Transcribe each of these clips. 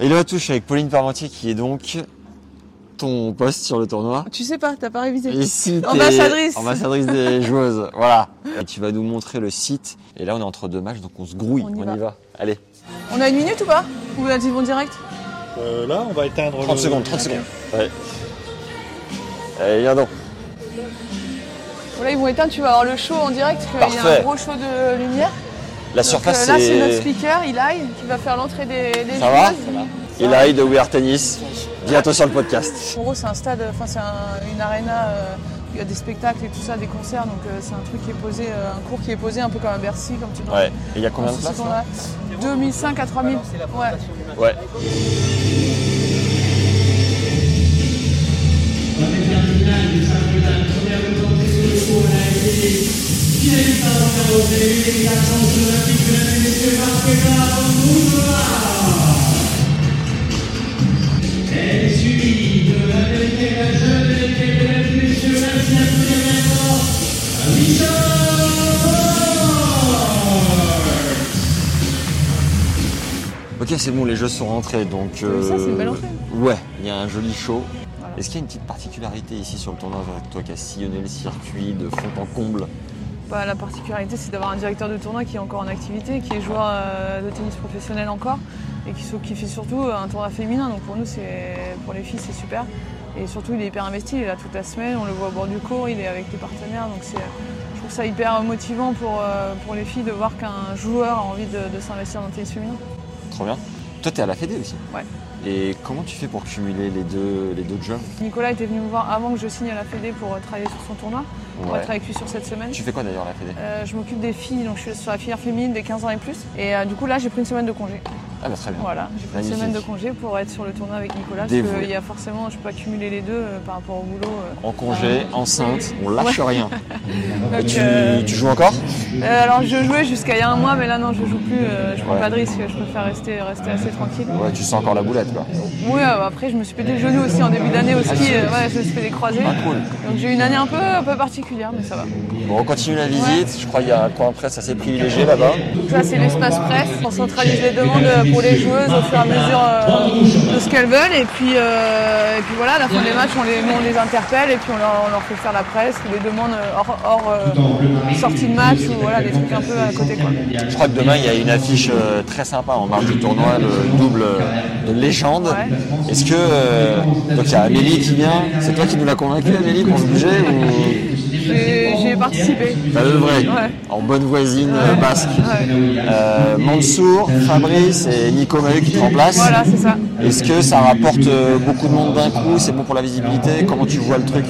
Hello à tous, avec Pauline Parmentier qui est donc ton poste sur le tournoi. Tu sais pas, t'as pas révisé. Ici, t'es Ambassadrice. ambassadrice des joueuses, voilà. Et tu vas nous montrer le site. Et là, on est entre deux matchs, donc on se grouille, on On y y, va. va. Allez, On a une minute ou pas Ou là, tu vas en direct Euh, là, on va éteindre 30 le- secondes, 30 secondes. Ouais. Allez, viens donc. Bon, Là, ils vont éteindre, tu vas avoir le show en direct, parce qu'il y a un Parfait. gros show de lumière. La Donc, euh, surface, là, c'est notre c'est... speaker, Eli, qui va faire l'entrée des, des Ça va joueuses. Il aille de We Are Tennis. Bientôt sur le podcast. En gros, c'est un stade, enfin, c'est un- une arena, euh, où il y a des spectacles et tout ça, des concerts, donc euh, c'est un truc qui est posé, euh, un cours qui est posé un peu comme à Bercy, comme tu le Ouais. Et il y a combien de places là 2005 à 3000. Ouais. Ouais. Ok, c'est bon, les jeux sont rentrés, donc... euh, Oui, ça, c'est une belle entrée. Ouais, il y a un joli show. Voilà. Est-ce qu'il y a une petite particularité ici sur le tournoi avec toi qui as sillonné le circuit de fond en comble Bah, la particularité, c'est d'avoir un directeur de tournoi qui est encore en activité, qui est joueur euh, de tennis professionnel encore, et qui, s'oc- qui fait surtout euh, un tournoi féminin. Donc pour nous, c'est pour les filles, c'est super. Et surtout, il est hyper investi. Il est là toute la semaine. On le voit au bord du cours. Il est avec des partenaires. Donc c'est, je trouve ça hyper motivant pour, euh, pour les filles de voir qu'un joueur a envie de, de s'investir dans le tennis féminin. Trop bien. Toi, t'es à la Fédé aussi Ouais. Et comment tu fais pour cumuler les deux, les deux jobs Nicolas était venu me voir avant que je signe à la Fédé pour euh, travailler sur son tournoi. On va travailler avec lui sur cette semaine. Tu fais quoi d'ailleurs à la Fédé Euh, je m'occupe des filles, donc je suis sur la filière féminine des 15 ans et plus. Et euh, du coup, là, j'ai pris une semaine de congé. Ah bah très bien. Voilà, j'ai pris une Magnifique. semaine de congé pour être sur le tournoi avec Nicolas. Parce Dévoué. qu'il y a forcément, je peux pas cumuler les deux euh, par rapport au boulot. euh. En congé, enceinte, on lâche rien. Et Donc, tu, euh, tu joues encore euh, alors, je jouais jusqu'à il y a un mois, mais là, non, je joue plus. euh, je prends Ouais. pas de risque, je préfère rester, rester assez tranquille. Ouais, tu sens encore la boulette quoi. Oui, euh, après, je me suis pété le genou aussi en début d'année au ski. euh, ouais, je me suis fait des croisés. Ah cool. Donc, j'ai eu une année un peu, un peu particulière, mais ça va. Bon, on continue la visite. Je crois qu'il y a un coin presse assez privilégié là-bas. Donc là, c'est l'espace presse. On centralise les demandes euh, pour les joueuses au fur et à mesure euh, de ce qu'elles veulent. Et puis, euh, et puis voilà, à la fin des matchs, on les, on les interpelle et puis on leur, on leur fait faire la presse, les demandes hors, hors, euh, sortie de match ou voilà, des trucs un peu à côté. Quoi. Je crois que demain il y a une affiche euh, très sympa en marge du tournoi, le double euh, de légende. Ouais. Est-ce que euh, donc il y a Amélie qui vient C'est toi qui nous l'a convaincu Amélie pour se bouger ou J'ai j'ai participé. pas de vrai Ouais. En bonne voisine euh, basque. Ouais. Euh, Mansour, Fabrice et Nico Mahut qui te remplacent. Voilà, c'est ça. Est-ce que ça rapporte euh, beaucoup de monde d'un coup C'est bon pour la visibilité Comment tu vois le truc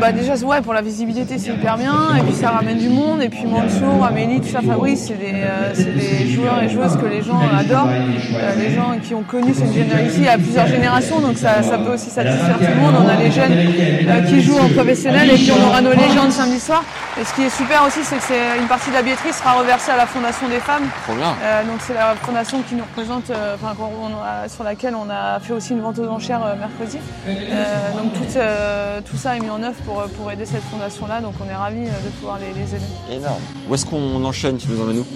Bah déjà ouais pour la visibilité c'est hyper bien et puis ça ramène du monde et puis Mansour, Amélie, tout ça, Fabrice c'est des, euh, c'est des joueurs et joueuses que les gens adorent, Euh, les gens qui ont connu cette génération ici à plusieurs générations donc ça, ça peut aussi satisfaire tout le monde, on a les jeunes euh, qui jouent en professionnel et puis on aura nos légendes samedi soir et ce qui est super aussi c'est que c'est une partie de la billetterie sera reversée à la Fondation des femmes Trop bien. euh, donc c'est la fondation qui nous représente, euh, enfin, qu'on- on a- sur laquelle on a fait aussi une vente aux enchères euh, mercredi. Euh, donc tout, euh, tout ça est mis en œuvre pour, euh, pour aider cette fondation-là, donc on est ravis euh, de pouvoir les, les aider. Énorme. Où est-ce qu'on enchaîne Tu nous emmènes où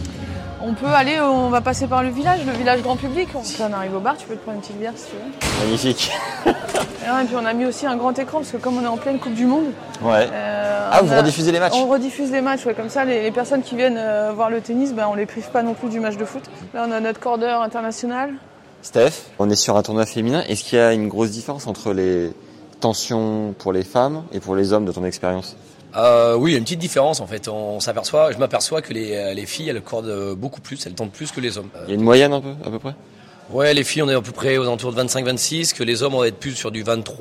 On peut aller, on va passer par le village, le village grand public. On peut en arriver au bar, tu peux te prendre une petite bière si tu veux. Magnifique. Et, ouais, et puis on a mis aussi un grand écran parce que comme on est en pleine Coupe du Monde, Ouais. euh, Ah, on vous a- rediffusez les matchs On rediffuse les matchs, ouais, comme ça les, les personnes qui viennent euh, voir le tennis, ben, on les prive pas non plus du match de foot. Là on a notre cordeur international, Steph, on est sur un tournoi féminin. Est-ce qu'il y a une grosse différence entre les tensions pour les femmes et pour les hommes de ton expérience Euh, oui, il y a une petite différence en fait. On s'aperçoit, je m'aperçois que les, euh, les filles elles cordent euh, beaucoup plus, elles tentent plus que les hommes. Il y a une moyenne un peu, à peu près Euh, ouais, les filles on est à peu près aux alentours de 25-26, que les hommes on va être plus sur du 23-24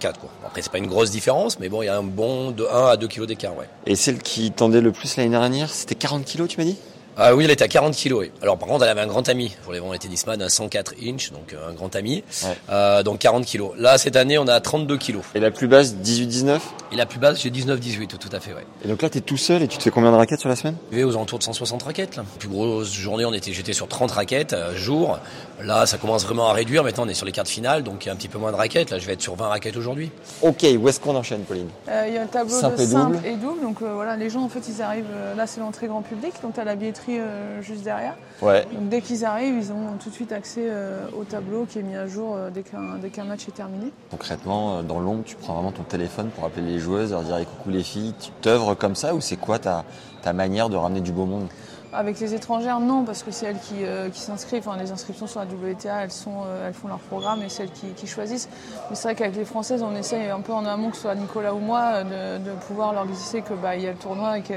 quoi. Après c'est pas une grosse différence, mais bon il y a un bon de 1 à 2 kilos d'écart ouais. Et celle qui tendait le plus l'année dernière, c'était 40 kilos, tu m'as dit Ah oui, elle était à 40 kilos. oui. Alors par contre, elle avait un grand ami. Pour les vendre les tennisman, un 104 inch, donc euh, un grand ami. Ouais. Euh, donc 40 kilos. Là, cette année, on a 32 kilos. Et la plus basse, 18-19. Et la plus basse, j'ai 19-18, tout à fait, ouais. Et donc là, t'es tout seul et tu te fais combien de raquettes sur la semaine Je vais aux alentours de 160 raquettes. Là. Plus grosse journée, on était, j'étais sur 30 raquettes euh, jour. Là, ça commence vraiment à réduire. Maintenant, on est sur les quarts de finale, donc il y a un petit peu moins de raquettes. Là, je vais être sur 20 raquettes aujourd'hui. Ok, où est-ce qu'on enchaîne, Pauline Euh, Il y a le tableau Simple de et simple double. et double. Donc euh, voilà, les gens en fait ils arrivent. euh, là c'est l'entrée grand public, donc t'as la billetterie euh, juste derrière. Ouais. Donc dès qu'ils arrivent, ils ont tout de suite accès euh, au tableau qui est mis à jour euh, dès qu'un dès qu'un match est terminé. Concrètement, euh, dans l'ombre, tu prends vraiment ton téléphone pour appeler les joueuses, leur dire Eh, coucou les filles, tu t'œuvres comme ça ou c'est quoi ta, ta manière de ramener du beau monde Avec les étrangères, non, parce que c'est elles qui, euh, qui s'inscrivent. Enfin, les inscriptions sur la WTA, elles, sont, euh, elles font leur programme et c'est elles qui, qui choisissent. Mais c'est vrai qu'avec les Françaises, on essaye un peu en amont, que ce soit Nicolas ou moi, euh, de, de pouvoir leur glisser que bah, il y a le tournoi et que,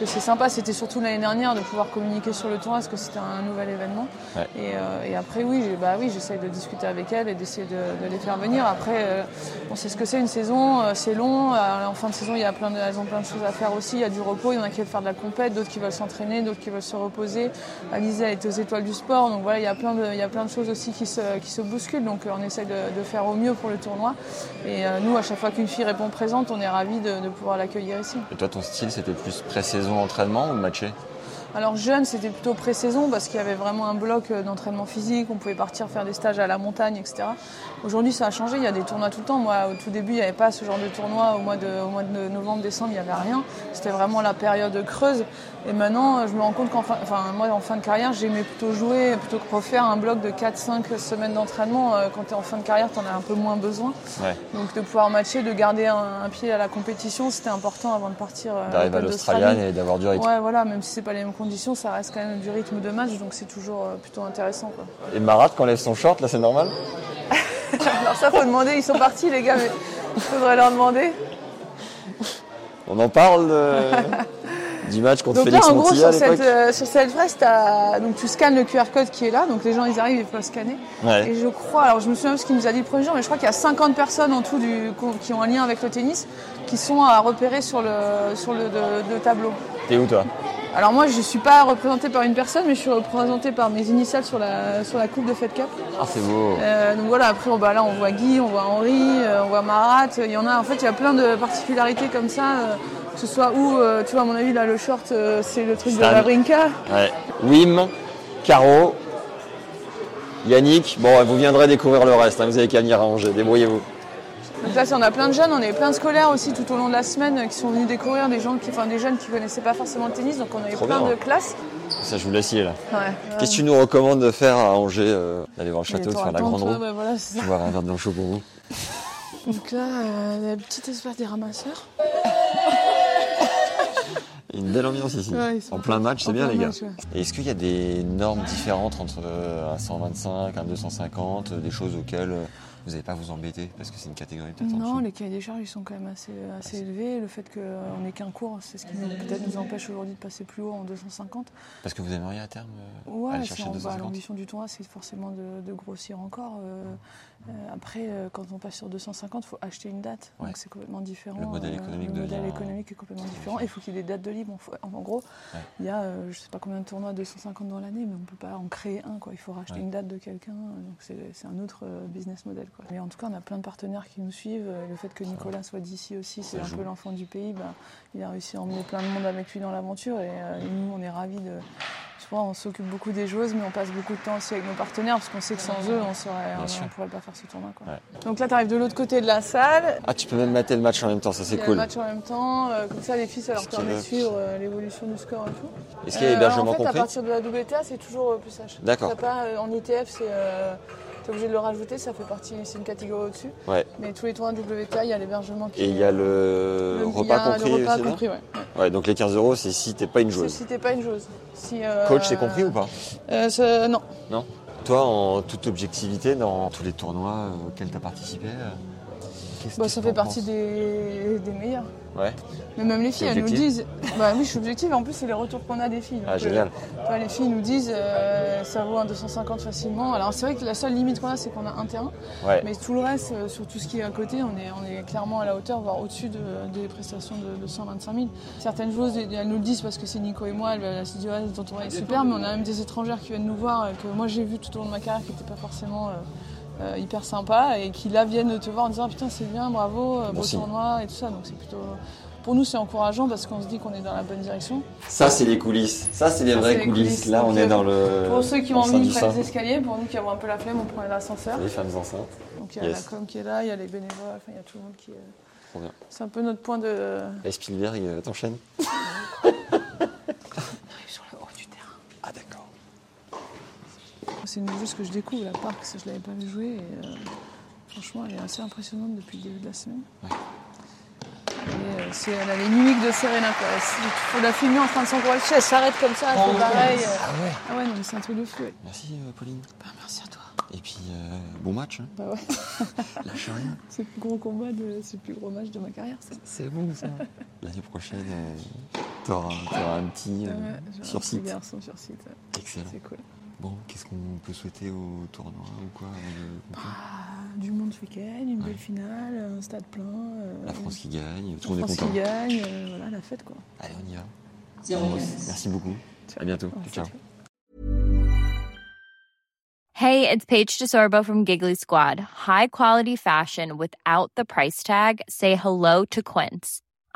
que c'est sympa. C'était surtout l'année dernière de pouvoir communiquer sur le tournoi, parce que c'était un nouvel événement. Ouais. Et, euh, et après, oui, j'ai- bah, oui j'essaye de discuter avec elles et d'essayer de, de les faire venir. Après, euh, on sait ce que c'est une saison, euh, c'est long. Euh, En fin de saison, il y a plein de, elles ont plein de choses à faire aussi. Il y a du repos, il y en a qui veulent faire de la compète, d'autres qui veulent s'entraîner, d'autres qui veulent se reposer. Alizé, elle est aux étoiles du sport, donc voilà, il y a plein de, il y a plein de choses aussi qui se, qui se bousculent. Donc euh, on essaye de, de faire au mieux pour le tournoi. Et euh, nous, à chaque fois qu'une fille répond présente, on est ravis de, de pouvoir l'accueillir ici. Et toi, ton style, c'était plus pré-saison entraînement ou matché Alors jeune, c'était plutôt pré-saison parce qu'il y avait vraiment un bloc euh, d'entraînement physique, on pouvait partir faire des stages à la montagne, etc. Aujourd'hui, ça a changé, il y a des tournois tout le temps. Moi, au tout début, il n'y avait pas ce genre de tournoi. Au mois de, au mois de novembre, décembre, il n'y avait rien. C'était vraiment la période creuse. Et maintenant, euh, je me rends compte qu'en fin, enfin, moi, en fin de carrière, j'aimais plutôt jouer, plutôt que refaire un bloc de 4-5 semaines d'entraînement. Euh, Quand tu es en fin de carrière, tu en as un peu moins besoin. Ouais. Donc de pouvoir matcher, de garder un, un pied à la compétition, c'était important avant de partir. euh, D'arriver à l'Open l'Australian d'Australie. et d'avoir du rythme. Ouais, voilà, même si c'est pas les mêmes conditions, ça reste quand même du rythme de match, donc c'est toujours euh, plutôt intéressant. Quoi. Et Marat, quand lève son short, là, c'est normal Alors ça, faut demander, ils sont partis les gars, mais faudrait leur demander. On en parle euh, du match contre Donc là, Félix en gros, Montilla à sur l'époque cette, euh, sur cette presse, t'as- donc tu scannes le QR code qui est là, donc les gens ils arrivent, ils peuvent scanner. Ouais. Et je crois, alors je me souviens de ce qu'il nous a dit le premier jour, mais je crois qu'il y a 50 personnes en tout du, qui ont un lien avec le tennis, qui sont à repérer sur le, sur le, de- de tableau. T'es où, toi Alors moi, je suis pas représentée par une personne, mais je suis représentée par mes initiales sur la, sur la coupe de Fed Cup. Ah, c'est beau. Euh, donc voilà, après on, bah là on voit Guy, on voit Henri, euh, on voit Marat, il y en a, en fait il y a plein de particularités comme ça, euh, que ce soit où, euh, tu vois à mon avis là le short euh, c'est le truc de Stan. la brinca. Ouais. Wim, Caro, Yannick. Bon, vous viendrez découvrir le reste. hein, Vous avez qu'à venir à Angers. Débrouillez-vous. Donc là c'est- on a plein de jeunes, on a eu plein de scolaires aussi tout au long de la semaine euh, qui sont venus découvrir des gens qui, enfin des jeunes qui connaissaient pas forcément le tennis, donc on a eu Trop plein bien. de classes. Ça, je vous laisse y aller, là. Ouais. Qu'est-ce que tu nous recommandes de faire à Angers euh, D'aller voir le Il est château, de temps faire la d'attendre, grande ouais, roue, bah voilà, c'est ça. boire un verre de blanc chaud pour vous. Donc là, euh, le petit espace des ramasseurs. Il y a Une belle ambiance ici. Ouais, ils sont en plein match, c'est en bien, plein les gars. match, ouais. Et Est-ce qu'il y a des normes différentes entre euh, un 125, un 250, euh, des choses auxquelles euh, vous n'allez pas vous embêter Parce que c'est une catégorie peut-être en Non, dessous. les cahiers des charges ils sont quand même assez, assez élevés. Le fait qu'on n'ait qu'un cours, c'est ce qui nous- peut-être nous empêche aujourd'hui de passer plus haut en 250. Parce que vous aimeriez à terme euh, Ouais, aller c'est chercher en- bah, 250 l'ambition du tournoi, c'est forcément de, de grossir encore. Euh, euh, après, euh, quand on passe sur 250, il faut acheter une date. Ouais. Donc c'est complètement différent. Le modèle Euh, économique le modèle devient- économique est complètement c'est différent. différent. Et il faut qu'il y ait des dates de libre. On faut- en, en gros, Ouais. il y a euh, je sais pas combien de tournois à 250 dans l'année, mais on peut pas en créer un. Quoi. Il faut racheter Ouais. une date de quelqu'un. euh, Donc c'est c'est un autre euh, business model. Quoi. Mais en tout cas, on a plein de partenaires qui nous suivent. Euh, Le fait que Nicolas soit d'ici aussi, c'est Ça un joue. peu l'enfant du pays. bah, il a réussi à emmener plein de monde avec lui dans l'aventure. Et, euh, et nous, on est ravis de. Je crois on s'occupe beaucoup des joueuses, mais on passe beaucoup de temps aussi avec nos partenaires parce qu'on sait que sans eux, on serait, Bien on, sûr. pourrait pas faire ce tournoi. Quoi. Ouais. Donc là, tu arrives de l'autre côté de la salle, Ah, tu peux même mater le match en même temps, ça c'est il y a cool. le match en même temps, euh, comme ça, les filles, ça leur Ce qui permet de est- suivre euh, l'évolution du score et tout. Est-ce qu'il y a Euh, hébergement En fait, compris à partir de la WTA, c'est toujours euh, plus H. D'accord. T'as pas, euh, en ITF, c'est. euh, T'es obligé de le rajouter, ça fait partie, c'est une catégorie au-dessus. Ouais. Mais tous les tournois WTA, il y a l'hébergement qui Et il y a le, le- il y repas a le compris repas aussi là compris, ouais. Ouais, donc les 15 euros, c'est si t'es pas une C'est joueuse. si t'es pas une joueuse. Si, euh, Coach, c'est compris ou pas euh, ça- Non. Toi, en toute objectivité, dans tous les tournois auxquels t'as participé, euh, qu'est-ce Bah, que ça t'en fait partie penses des, des meilleurs. Ouais. Mais même les filles, T'es elles nous objective disent. Bah oui, je suis objective. En plus, c'est les retours qu'on a des filles. Ah, Donc, génial. euh, tu vois, les filles nous disent euh, ça vaut un 250 facilement. Alors, c'est vrai que la seule limite qu'on a, c'est qu'on a un terrain. Ouais. Mais tout le reste, euh, sur tout ce qui est à côté, on est, on est clairement à la hauteur, voire au-dessus de- des prestations de, de 125 000. Certaines joueuses, elles nous le disent parce que c'est Nico et moi, elles, elles se disent ouais, ton tournoi est super, mais on a même des étrangères qui viennent nous voir, euh, que moi j'ai vu tout au long de ma carrière, qui n'étaient pas forcément. euh, euh, hyper sympas et qui là viennent te voir en disant Ah, putain c'est bien bravo euh, Bon beau signe. tournoi et tout ça donc c'est plutôt pour nous c'est encourageant parce qu'on se dit qu'on est dans la bonne direction Ça, c'est les coulisses. Ça, c'est les Ça, vraies c'est les coulisses. coulisses. Là, on Donc, est euh, dans le. pour ceux qui ont enceinte envie du de faire les sein. escaliers pour nous qui avons un peu la flemme on prend l'ascenseur Les femmes enceintes. donc il y a Yes. la com qui est là il y a les bénévoles enfin, il y a tout le monde qui est- Trop bien. c'est un peu notre point de Et Spielberg, euh, t'enchaînes sur le haut du terrain Ah, d'accord. c'est une joueuse que je découvre la Parks je l'avais pas vu jouer et, euh, franchement elle est assez impressionnante depuis le début de la semaine Et, euh, c'est- elle a les mimiques de Serena quoi. Il faut la filmer en train de s'encourager elle s'arrête comme ça elle fait pareil euh. Ah ouais. ah ouais non mais c'est un truc de fou ouais. Merci, euh, Pauline. Bah, merci à toi Et puis, euh, bon match. hein. Bah ouais. Lâche rien. C'est le plus gros combat, de, c'est le plus gros match de ma carrière. ça. C'est bon, ça. L'année prochaine, euh, t'auras t'auras un petit euh, Ouais, j'ai un sur petit site. garçon sur site, ouais. Excellent. c'est cool. Bon, qu'est-ce qu'on peut souhaiter au tournoi ou quoi avant de conclure Ah, du monde ce week-end, une belle finale, un stade plein. euh, La France qui gagne, tout la le monde est France Ah, content. qui gagne, euh, voilà, la fête quoi. Allez, on y va. Merci beaucoup. À bientôt. Ouais, c'est Ciao. cool. Hey, it's Paige DeSorbo from Giggly Squad. High quality fashion without the price tag. Say hello to Quince.